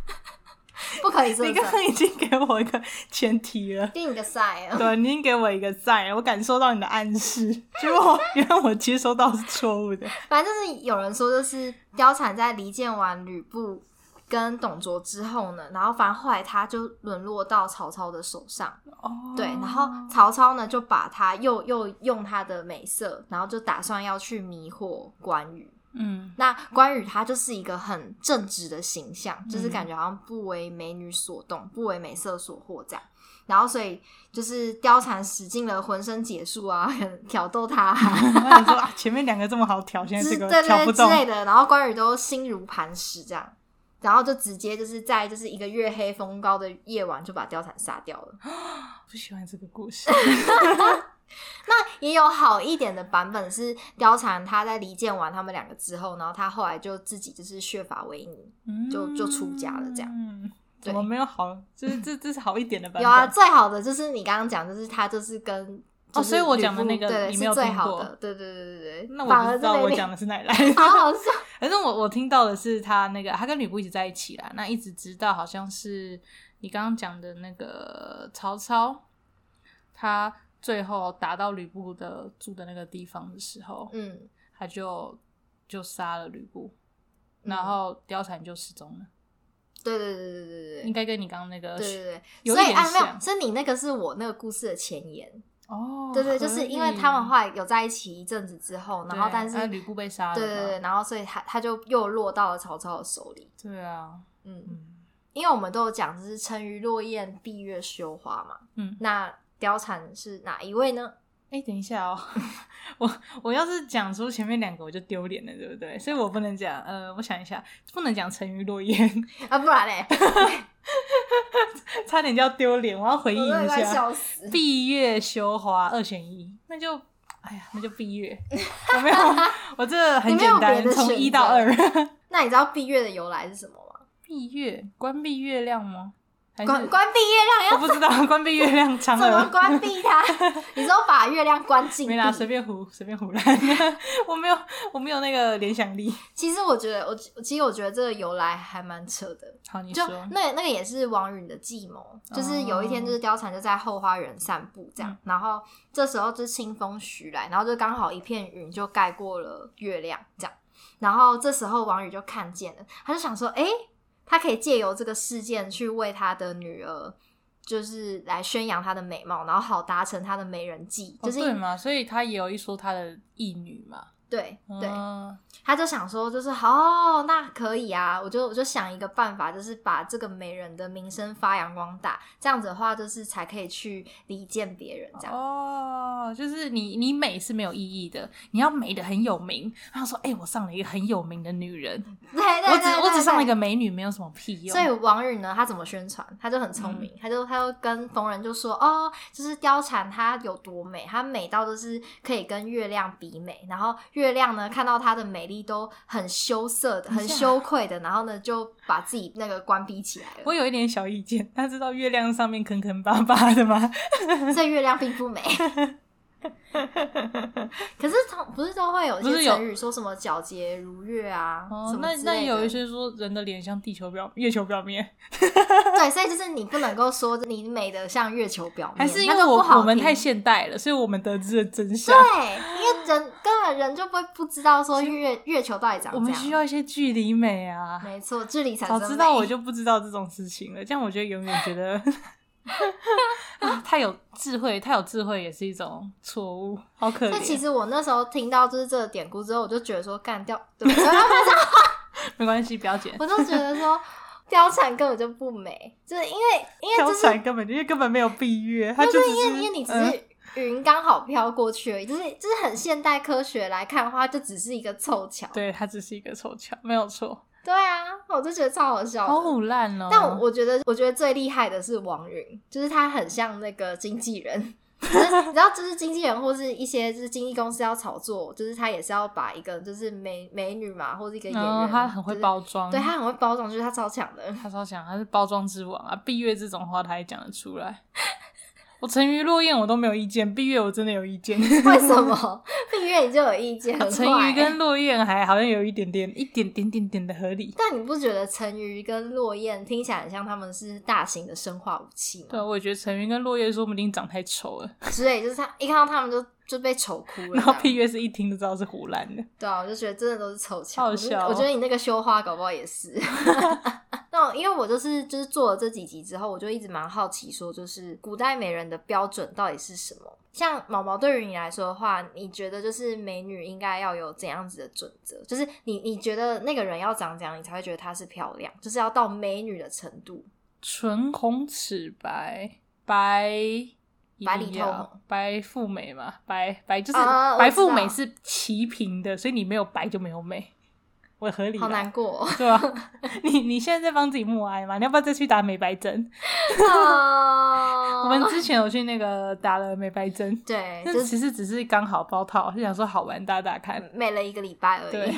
D: 不可以色
C: 你刚
D: 色
C: 刚，已经给我一个前提了。
D: 定个赛啊！
C: 对，你已经给我一个赞了，我感受到你的暗示，结果原来我接收到是错误的。
D: 反正就是有人说，就是貂蝉在离间完吕布跟董卓之后呢，然后反正后来他就沦落到曹操的手上。
C: 哦
D: 对，然后曹操呢就把他又又用他的美色，然后就打算要去迷惑关羽。
C: 嗯，
D: 那关羽他就是一个很正直的形象，就是
C: 嗯
D: 感觉好像不为美女所动，不为美色所惑这样。然后所以就是貂蝉使尽了浑身解数啊， 可能挑逗他、 啊，
C: 我想说啊，前面两个这么好挑，现在
D: 之
C: 这
D: 对
C: 个挑
D: 对
C: 不
D: 对之
C: 动，
D: 类的。然后关羽都心如磐石这样，然后就直接就是在就是一个月黑风高的夜晚就把貂蝉杀掉了。
C: 不喜欢这个故事。
D: 也有好一点的版本是貂蝉，她在离间完他们两个之后，然后她后来就自己就是削发为尼。 就就出家了这样
C: 嗯，
D: 对
C: 怎么没有好？就是这这是好一点的版本。
D: 有啊，最好的就是你刚刚讲，就是她就是跟
C: 哦
D: 就是
C: 所以我
D: 吕
C: 讲的
D: 布
C: 那个
D: 对
C: 你
D: 是
C: 没有
D: 最
C: 听
D: 好
C: 过
D: 的，对对对对对，
C: 那
D: 反
C: 我不
D: 而
C: 知道
D: 是
C: 我
D: 那
C: 讲的是哪里来
D: 边好
C: 的。
D: 好笑，
C: 反正我我听到的是他那个，他跟吕布一直在一起啦。那一直直到好像是你刚刚讲的那个曹操，他最后打到吕布的住的那个地方的时候，
D: 嗯，
C: 他就就杀了吕布，
D: 嗯
C: 然后貂蝉就失踪了。
D: 对对对对对对
C: 应该跟你刚刚那个
D: 对对对对，
C: 有
D: 所以
C: 点
D: 啊没有，
C: 像
D: 所以你那个是我那个故事的前言，
C: 哦，
D: 对对，就
C: 合
D: 是
C: 理
D: 因为他们后来有在一起一阵子之后，然后
C: 对
D: 但是
C: 啊吕布被杀了
D: 对
C: 嘛，
D: 对对，然后所以他他就又落到了曹操的手里。
C: 对啊，
D: 嗯，
C: 嗯
D: 因为我们都有讲，就是“沉鱼落雁，闭月羞花”嘛。
C: 嗯，
D: 那貂蝉是哪一位呢？
C: 哎、等一下哦， 我我要是讲出前面两个我就丢脸了，对不对？所以我不能讲，呃，我想一下，不能讲沉鱼落雁，
D: 啊，不然嘞，
C: 差点就要丢脸，我要回应
D: 我都
C: 一
D: 快
C: 下。
D: 笑死。
C: 闭月羞花二选一，那就哎呀，那就闭月。 我没有，我这很
D: 你没
C: 简
D: 有别
C: 单，
D: 的
C: 从
D: 选
C: 一
D: 择
C: 到二。
D: 那你知道闭月的由来是什么吗？
C: 闭月，关闭月亮吗？还是
D: 关关闭月亮
C: 我不知道，关闭月亮嫦
D: 要怎么
C: 娥。
D: 关闭 它？你说把月亮关禁
C: 没啦，随
D: 闭？
C: 便胡随便胡乱， 我没有我没有那个联想力。
D: 其实我觉得，我其实我觉得这个由来还蛮扯的。
C: 好，你
D: 就
C: 说，哦
D: 那那个也是王允的计谋，就是有一天就是貂蝉就在后花园散步这样，
C: 嗯
D: 然后这时候就清风徐来，然后就刚好一片云就盖过了月亮这样，然后这时候王允就看见了，他就想说，诶，他可以借由这个事件去为他的女儿。就是来宣扬她的美貌，然后好达成她的美人计，
C: 哦
D: 就是
C: 对嘛，所以他也有一说他的义女嘛，
D: 对对，
C: 嗯
D: 他就想说，就是哦，那可以啊，我就我就想一个办法，就是把这个美人的名声发扬光大，这样子的话，就是才可以去离间别人这样。
C: 哦，就是你你美是没有意义的，你要美的很有名。他说，哎、我上了一个很有名的女人，
D: 对对对
C: 我只
D: 嗯对
C: 我只上了一
D: 对
C: 个美女，没有什么屁用。
D: 所以王允呢，他怎么宣传？他就很聪明，
C: 嗯
D: 他就他就跟逢人就说，哦，就是貂蝉她有多美，她美到就是可以跟月亮比美，然后月亮呢看到她的美丽都很羞涩的、
C: 等一
D: 很
C: 下
D: 羞愧的，然后呢就把自己那个关闭起来
C: 我
D: 了，
C: 有一点小意见，他知道月亮上面坑坑巴巴 的吗？
D: 所以月亮并不美。 可是从不是都会有一
C: 不是
D: 些
C: 有
D: 成语说什么皎洁如月啊，
C: 哦
D: 什，么
C: 那
D: 之
C: 那
D: 类的
C: 有一些说人的脸像地球表月球表面，
D: 对，所以就是你不能够说你美的像月球表面，
C: 还是因
D: 哎那
C: 为
D: 就
C: 我
D: 不好
C: 我们
D: 听
C: 太现代了，所以我们得知了真相。
D: 对，因为人根本人就不会不知道说月月球到底长
C: 我
D: 这
C: 们需
D: 样，
C: 要一些距离美啊。
D: 啊没错，距离产
C: 早
D: 生
C: 知道
D: 美
C: 我就不知道这种事情了，这样我就永远觉 得啊，太有智慧，太有智慧也是一种错误，好可
D: 但其
C: 怜。
D: 实我那时候听到就是这个典故之后，我就觉得说干掉， 对不起
C: 没关系，不要剪。
D: 我就觉得说貂蝉根本就不美，就是因为因为就
C: 貂
D: 是
C: 蝉根本就因为根本没有闭月，他
D: 那
C: 就只
D: 因
C: 是
D: 为因为你只
C: 嗯
D: 是云刚好飘过去而已，就是就是很现代科学来看的话，就只是一个凑巧。
C: 对他只是一个凑巧，没有错，
D: 对啊，我就觉得超好笑的。
C: 好腐烂哦。
D: 但我我觉得，我觉得最厉害的是王允，就是他很像那个经纪人。 就是你知道，就是经纪人或是一些就是经纪公司要炒作，就是他也是要把一个就是美美女嘛，或是一个演员，
C: 嗯，他很会包装，
D: 就是，对他很会包装，就是他超强的。
C: 他超强，他是包装之王啊！闭月这种话他也讲得出来。 我沉鱼落雁我都没有意见，闭月我真的有意见。
D: 为什么？ 蜜月你就有意 见，很
C: 成
D: 坏
C: 鱼啊跟落雁还好像有一点点、一点点点点的合理。
D: 但你不觉得成鱼跟落雁听起来很像他们是大型的生化武器
C: 对，啊
D: 吗？
C: 我也觉得成鱼跟落雁说不定长太丑了，
D: 之类，就是他一看到他们就就被丑哭了。
C: 然后
D: 这样
C: 闭月是一听就知道是胡乱的。
D: 对啊，我就觉得真的都是凑巧。
C: 好
D: 我觉得
C: 笑哦
D: 我觉得你那个修花搞不好也 是。那我因为我就是就是做了这几集之后，我就一直蛮好奇，说就是古代美人的标准到底是什么？像毛毛对于你来说的话，你觉得就是美女应该要有怎样子的准则？就是你你觉得那个人要长怎样，你才会觉得她是漂亮？就是要到美女的程度。
C: 唇红齿白，白一定
D: 白里透
C: 要
D: 红
C: 白富美嘛，白白就是、
D: 啊
C: 白
D: 我知道
C: 富美是齐平的，所以你没有白就没有美，我合理啦
D: 好难过、哦。
C: 对吧、啊 你你现在在帮自己默哀嘛？你要不要再去打美白针？
D: 啊
C: 我们之前有去那个打了美白针，
D: 对，
C: 那
D: 就
C: 其
D: 是
C: 实只是刚好包套，就想说好玩打打看。
D: 美了一个礼拜而
C: 对
D: 已。，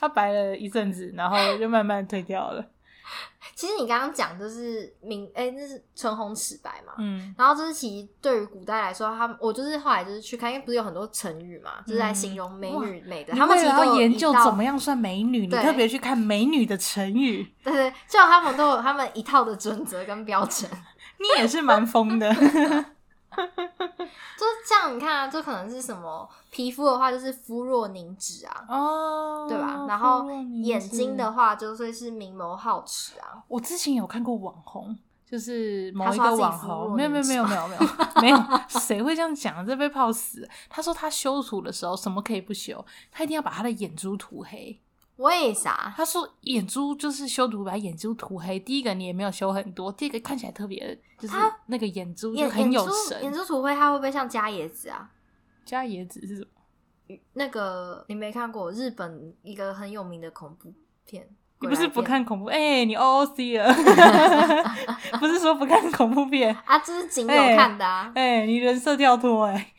C: 它白了一阵子，然后就慢慢退掉 了。
D: 其实你刚刚讲就是明，哎、那是唇红齿白嘛。
C: 嗯，
D: 然后就是其实对于古代来说，他们我就是后来就是去看，因为不是有很多成语嘛，就是在形容美女美的，他们
C: 嗯你
D: 其
C: 为
D: 实
C: 了
D: 都
C: 要
D: 有
C: 研
D: 一
C: 究
D: 道
C: 怎么，样算美女，你
D: 对
C: 特别去看美女的成语，
D: 对对，就他们都有他们一套的准则跟标准。
C: 你也是蛮疯的。
D: 就是这样，你看啊，就可能是什么皮肤的话，就是肤若凝脂啊，
C: 哦，
D: 对吧？然后
C: 芙若凝脂
D: 眼睛的，话，就会是明眸皓齿啊。
C: 我之前有看过网红，就是某
D: 他
C: 一
D: 说他
C: 个
D: 自己
C: 网
D: 肤若
C: 红，没有没有
D: 凝
C: 没有没有没有没 有，谁会这样讲？啊这被泡死。他说他修图的时候什么可以不修，他一定要把他的眼珠涂黑。
D: 为啥？
C: 他说眼珠就是修图，把眼珠涂黑。第一个你也没有修很多，第二个看起来特别，就是
D: 他
C: 那个眼珠就
D: 眼
C: 很
D: 眼
C: 有
D: 珠眼
C: 神。
D: 珠涂灰，它会不会像加椰子啊？
C: 加椰子是什么？
D: 那个你没看过日本一个很有名的恐怖片？
C: 你
D: 鬼
C: 不是
D: 来
C: 不
D: 电
C: 看恐怖？哎、你 O O C 了， 不是说不看恐怖片？
D: 啊？这是仅有
C: 哎
D: 看的啊，
C: 哎、你人设跳脱哎、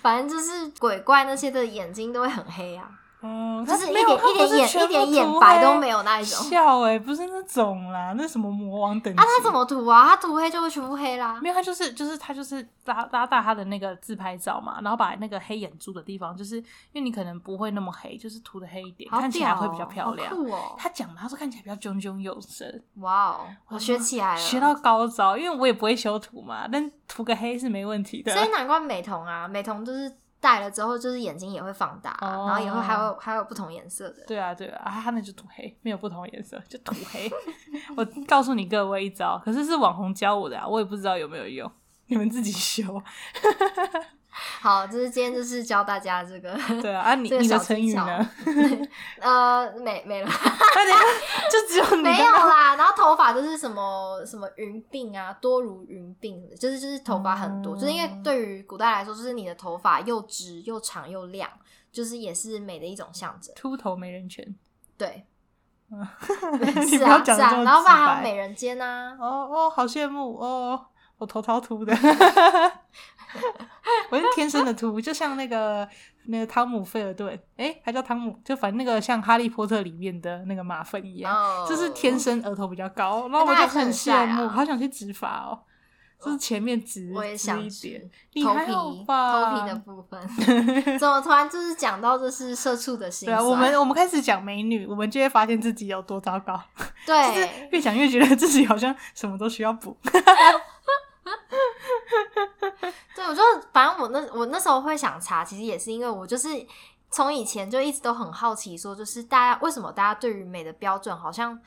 D: 反正就是鬼怪那些的眼睛都会很黑啊，
C: 嗯，
D: 就
C: 他
D: 是一
C: 没有
D: 点
C: 他
D: 一
C: 不
D: 点
C: 是
D: 眼
C: 全
D: 一
C: 部
D: 点眼
C: 涂
D: 白都
C: 黑
D: 没有那一种。
C: 笑哎、不是那种啦，那什么魔王等级
D: 啊，他怎么涂啊？他涂黑就会全部黑啦。
C: 没有，他就是就是他就是拉拉大他的那个自拍照嘛，然后把那个黑眼珠的地方，就是因为你可能不会那么黑，就是涂的黑一点，
D: 好
C: 看起来
D: 屌哦
C: 会比较漂亮
D: 好。酷哦！
C: 他讲的，他说看起来比较炯炯有神，
D: 哇哦，我学起来了，
C: 嗯学到高招。因为我也不会修图嘛，但涂个黑是没问题的。
D: 所以难怪美瞳啊，美瞳就是戴了之后，就是眼睛也会放大啊、
C: 哦
D: 然后也会还有还有不同颜色的。
C: 对啊，对啊，啊他那就涂黑，没有不同颜色，就涂黑。 我告诉你各位一招，可是是网红教我的啊，我也不知道有没有用，你们自己修。
D: 好，就是今天就是教大家这个，
C: 对啊，啊你
D: 这个
C: 你的
D: 小
C: 成
D: 技
C: 语
D: 巧
C: 呢？
D: 呃，没没了，
C: 快点，就只 有你
D: 没
C: 的
D: 有啦。然后头发就是什么什么云鬓啊，多如云鬓，就是就是头发很多，
C: 嗯
D: 就是因为对于古代来说，就是你的头发又直又长又亮，就是也是美的一种象征。
C: 秃头没人权。
D: 对，
C: 你
D: 是
C: 不要
D: 啊
C: 讲
D: 是
C: 得这
D: 啊，
C: 么
D: 然后不然还有
C: 直白
D: 美人尖啊，
C: 哦哦，好羡慕哦！我头超秃的， 我是天生的秃，就像那个那个汤姆费尔顿，诶，还叫汤姆，就反正那个像哈利波特里面的那个马粪一样，
D: 哦
C: 就是天生额头比较高，然
D: 那
C: 后我
D: 他
C: 就
D: 还是很帅
C: 羡
D: 啊
C: 慕，好想去植发哦，就是前面植，
D: 我也
C: 植
D: 想
C: 一
D: 植
C: 点，你
D: 头
C: 还
D: 皮
C: 好
D: 头
C: 吧
D: 皮的部分， 怎么突然就是讲到就是社畜的心
C: 对
D: 酸？
C: 啊，我们我们开始讲美女，我们就会发现自己有多糟糕，就是
D: 对
C: 越讲越觉得自己好像什么都需要补。
D: 对，我就反正我那我那时候会想查，其实也是因为我就是从以前就一直都很好奇，说就是大家为什么大家对于美的标准好像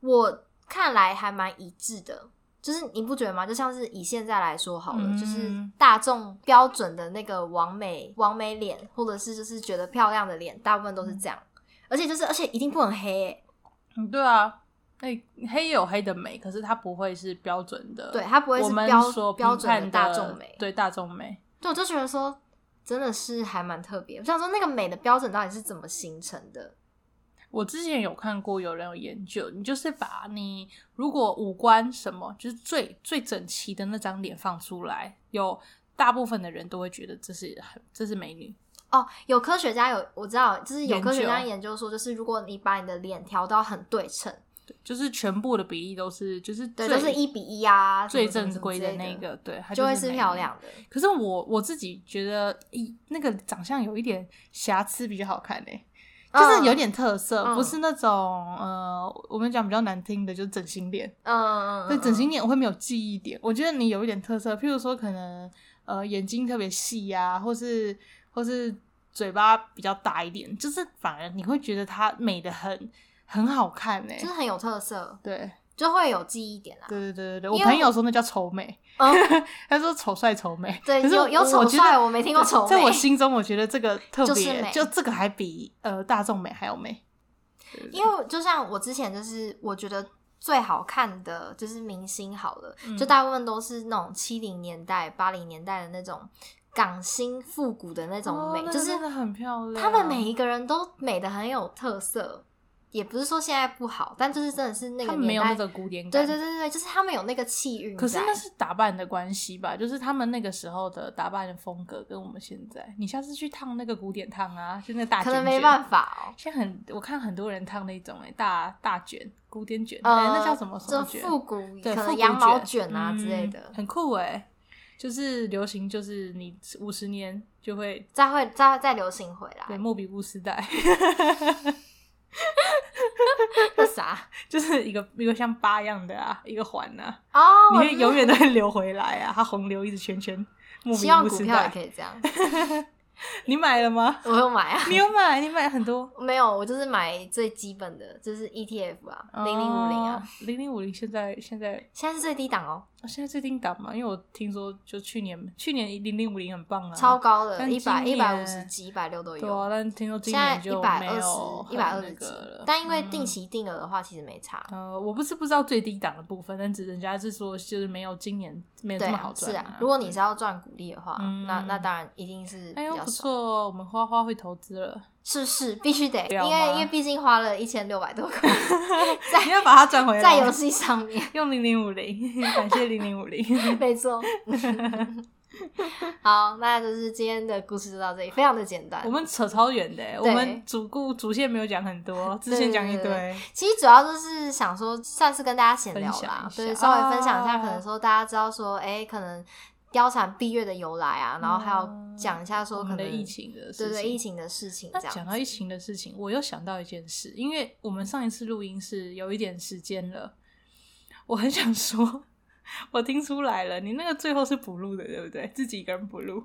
D: 我看来还蛮一致的。就是你不觉得吗？就像是以现在来说好了，
C: 嗯
D: 就是大众标准的那个完美完美脸，或者是就是觉得漂亮的脸，大部分都是这样。而且就是，而且一定不能黑、欸，
C: 嗯，对啊，哎、黑有黑的美，可是它不会是标准的，
D: 对，，它不会
C: 我
D: 是
C: 们
D: 标
C: 所
D: 标
C: 批
D: 准
C: 判
D: 大众美。
C: 对大众美，
D: 对，我就觉得说真的是还蛮特别。我想说那个美的标准到底是怎么形成的？
C: 我之前有看过有人有研究，你就是把你如果五官什么就是最最整齐的那张脸放出来，有大部分的人都会觉得这是很这是美女，
D: 哦，有科学家有我知道，就是有
C: 研
D: 科学家
C: 究
D: 研究说，就是如果你把你的脸调到很对称，
C: 对，就是全部的比例都是就是
D: 对，
C: 最
D: 就是一比一啊，什么什
C: 最
D: 么
C: 正
D: 什么
C: 规
D: 之
C: 的
D: 类
C: 那个，对，它
D: 就会
C: 是
D: 是
C: 美
D: 漂
C: 女
D: 亮的。
C: 可是我我自己觉得，一那个长相有一点瑕疵比较好看嘞、就是有点特色，
D: 嗯
C: 不是那种呃，我们讲比较难听的，就是整形脸。
D: 嗯，嗯，
C: 对，
D: 嗯
C: 整形脸我会没有记忆点，我觉得你有一点特色，譬如说可能呃眼睛特别细呀，或是或是嘴巴比较大一点，就是反而你会觉得它美的很很好看嘞、
D: 就是很有特色，
C: 对
D: 就会有记忆点啊。
C: 对对对对对，我
D: 因为
C: 朋友说那叫丑美，
D: 嗯，
C: 他说丑帅丑美，
D: 对
C: 可是
D: 有
C: 我
D: 有丑
C: 我觉得
D: 帅我没听过丑美
C: 在我心中，我觉得这个特别，
D: 就是美
C: 这个还比呃大众美还要美。对对对
D: 因为就像我之前就是，我觉得最好看的就是明星好了，
C: 嗯
D: 就大部分都是那种七零年代、八零年代的那种港星复古的那种
C: 哦
D: 美，
C: 那个
D: 就是
C: 真的很漂亮
D: 他们每一个人都美的很有特色，也不是说现在不好，但就是真的是那
C: 他
D: 个
C: 们没
D: 年
C: 有
D: 代，
C: 那个古典感，
D: 对对对对，就是他们有那个气韵在。
C: 可是那是打扮的关系吧，就是他们那个时候的打扮的风格跟我们现在，你下次去烫那个古典烫啊，就那大
D: 可
C: 卷
D: 能
C: 卷，
D: 没办。法哦。
C: 现在很，我看很多人烫那种哎、大大卷古典卷，哎、
D: 呃，
C: 那叫什么什
D: 就
C: 么卷？
D: 复古，
C: 对，
D: 可能
C: 复古
D: 羊毛卷啊之类的
C: 嗯，很酷哎、就是流行，就是你五十年就会
D: 再会再再流行回来
C: 对。莫比乌斯带，
D: 那啥
C: 就是一个一个像疤一样的啊，一个环啊，
D: 哦，
C: 你
D: 我知道
C: 会永远都会流回来啊，它洪流一直圈圈，莫
D: 希
C: 名
D: 望
C: 不
D: 股
C: 失
D: 票也
C: 败
D: 可。以这样，
C: 你买了 吗？
D: 我有买啊，
C: 你有买？你买很多
D: 没有，我就是买最基本的，就是 ETF 啊，零零五零啊，，
C: 哦零零五零现在现在
D: 现在是最低档哦，
C: 啊现在最近打嘛，因为我听说就去年去年零零五零很棒啊，
D: 超高的，
C: 但
D: 一
C: 今
D: 百一百五十
C: 年
D: 几、一百六都
C: 对啊，
D: 有。
C: 但听说今
D: 现在
C: 年
D: 一
C: 就
D: 百
C: 没
D: 二
C: 有
D: 十、一
C: 很
D: 百二十
C: 那
D: 几
C: 个了，
D: 但因为定
C: 嗯
D: 期定额的话，其实没差。
C: 呃，我不是不知道最低档的部分，但只人家是说就是没有今年没有
D: 对
C: 这么
D: 啊
C: 好，赚、
D: 是啊，如果你是要赚股利的话，
C: 嗯
D: 那那当然一定是
C: 哎
D: 比
C: 呦
D: 较
C: 不
D: 少，
C: 错哦，我们花花会投资了，
D: 是是必须得，因
C: 要
D: 为
C: 吗
D: 因为毕竟花了一千六百多 块
C: 你
D: 在
C: 要把它赚回来，
D: 在游戏上面，
C: 用零零五零，感谢零零 五零。
D: 没错。好，那就是今天的故事就到这里，非常的简单。
C: 我们扯超远的，欸我们主顾主线没有讲很多，支线讲一
D: 对
C: 堆，
D: 其实主要就是想说，算是跟大家闲聊
C: 分享
D: 啦
C: 一，下
D: 对，稍微分享一下，
C: 哦
D: 可能说大家知道说，哎、可能貂蝉闭月的由来啊，然后还有讲一下
C: 嗯我
D: 说可
C: 们
D: 能
C: 的疫，情的事
D: 对
C: 情，
D: 对，疫。情的事情
C: 那
D: 这样子。
C: 讲到疫情的事情，我又想到一件事，因为我们上一次录音是有一点时间了，我很想说，我听出来了，你那个最后是补录的，对不对？自己一个人补录，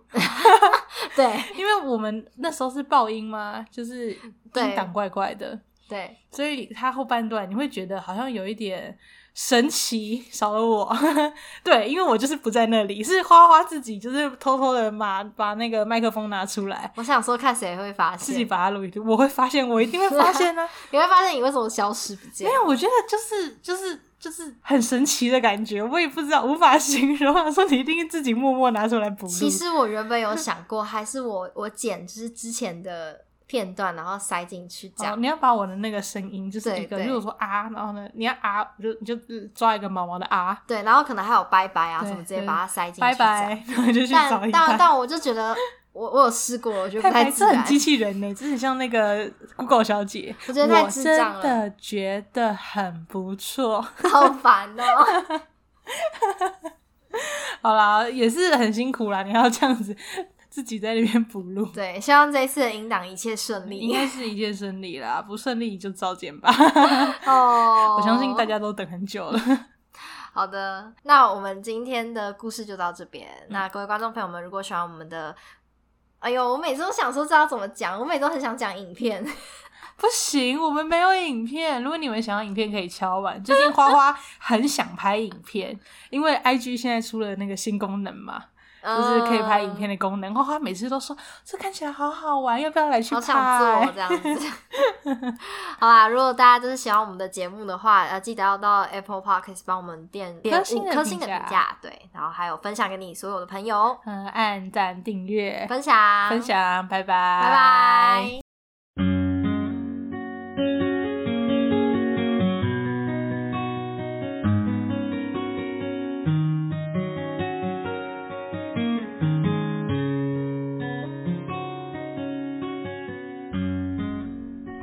D: 对
C: 因为我们那时候是爆音嘛，就是
D: 对
C: 音档怪怪的，
D: 对，
C: 所以它后半段你会觉得好像有一点神奇，少了我。 对，因为我就是不在那里，是花花自己就是偷偷的把把那个麦克风拿出来，
D: 我想说看谁会发现，
C: 自己把它录一录。我会发现，我一定会 发现呢、
D: 你会发现你为什么消失不见
C: 没？有，我觉得就是就是就是很神奇的感觉，我也不知道，无法形容。我说你一定是自己默默拿出来补录。
D: 其实我原本有想过，还是我我剪就是之前的片段，然后塞进去这
C: 哦，
D: 样。
C: 你要把我的那个声音，就是一个，
D: 对对
C: 如果说啊，然后呢，你要啊，就你就抓一个毛毛的啊，
D: 对，然后可能还有拜拜啊
C: 对
D: 什么，直接
C: 对
D: 把它塞进去。
C: 拜拜，然后就去找
D: 但
C: 一
D: 但
C: 下。
D: 但我就觉得我我有试过，我觉得
C: 太
D: 不太
C: 白痴，
D: 自然
C: 很。机器人呢、 这很像那个 Google 小姐。
D: 我觉得太
C: 我
D: 智
C: 真
D: 障了，
C: 的觉得很不错。
D: 好烦哦。
C: 好啦，也是很辛苦啦，你要这样子 自己在那边补录，
D: 对，希望这一次的引导一切顺
C: 应
D: 利
C: 该是一切顺利啦。 不顺利你就照见吧。
D: 哦。
C: 我相信大。家都等很久了。
D: 好的，那我们今天的故事就到这边。
C: 嗯
D: 那各位观众朋友们，如果喜欢我们的，哎呦，我每次都想说知道怎么讲，我每次都很想讲影片。
C: 不行，我们没有影片。如果你们想要影片，可以敲碗。最近花花很想拍影片，因为 IG 现在出了那个新功能嘛，就是可以拍影片
D: 的，
C: 的功能。花花每次都说这看起来好好玩，要不要来去
D: 好
C: 拍？
D: 想做这样子。好啦，如果大家就是喜欢我们的节目的话，呃，记得要到 Apple Podcast 帮我们点点
C: 颗星
D: 五
C: 的
D: 颗
C: 评
D: 星的
C: 价
D: 评价，对，然后还有分享给你所有的朋友，
C: 嗯，按赞、订阅、
D: 分享，
C: 分，享，拜拜，
D: 拜拜。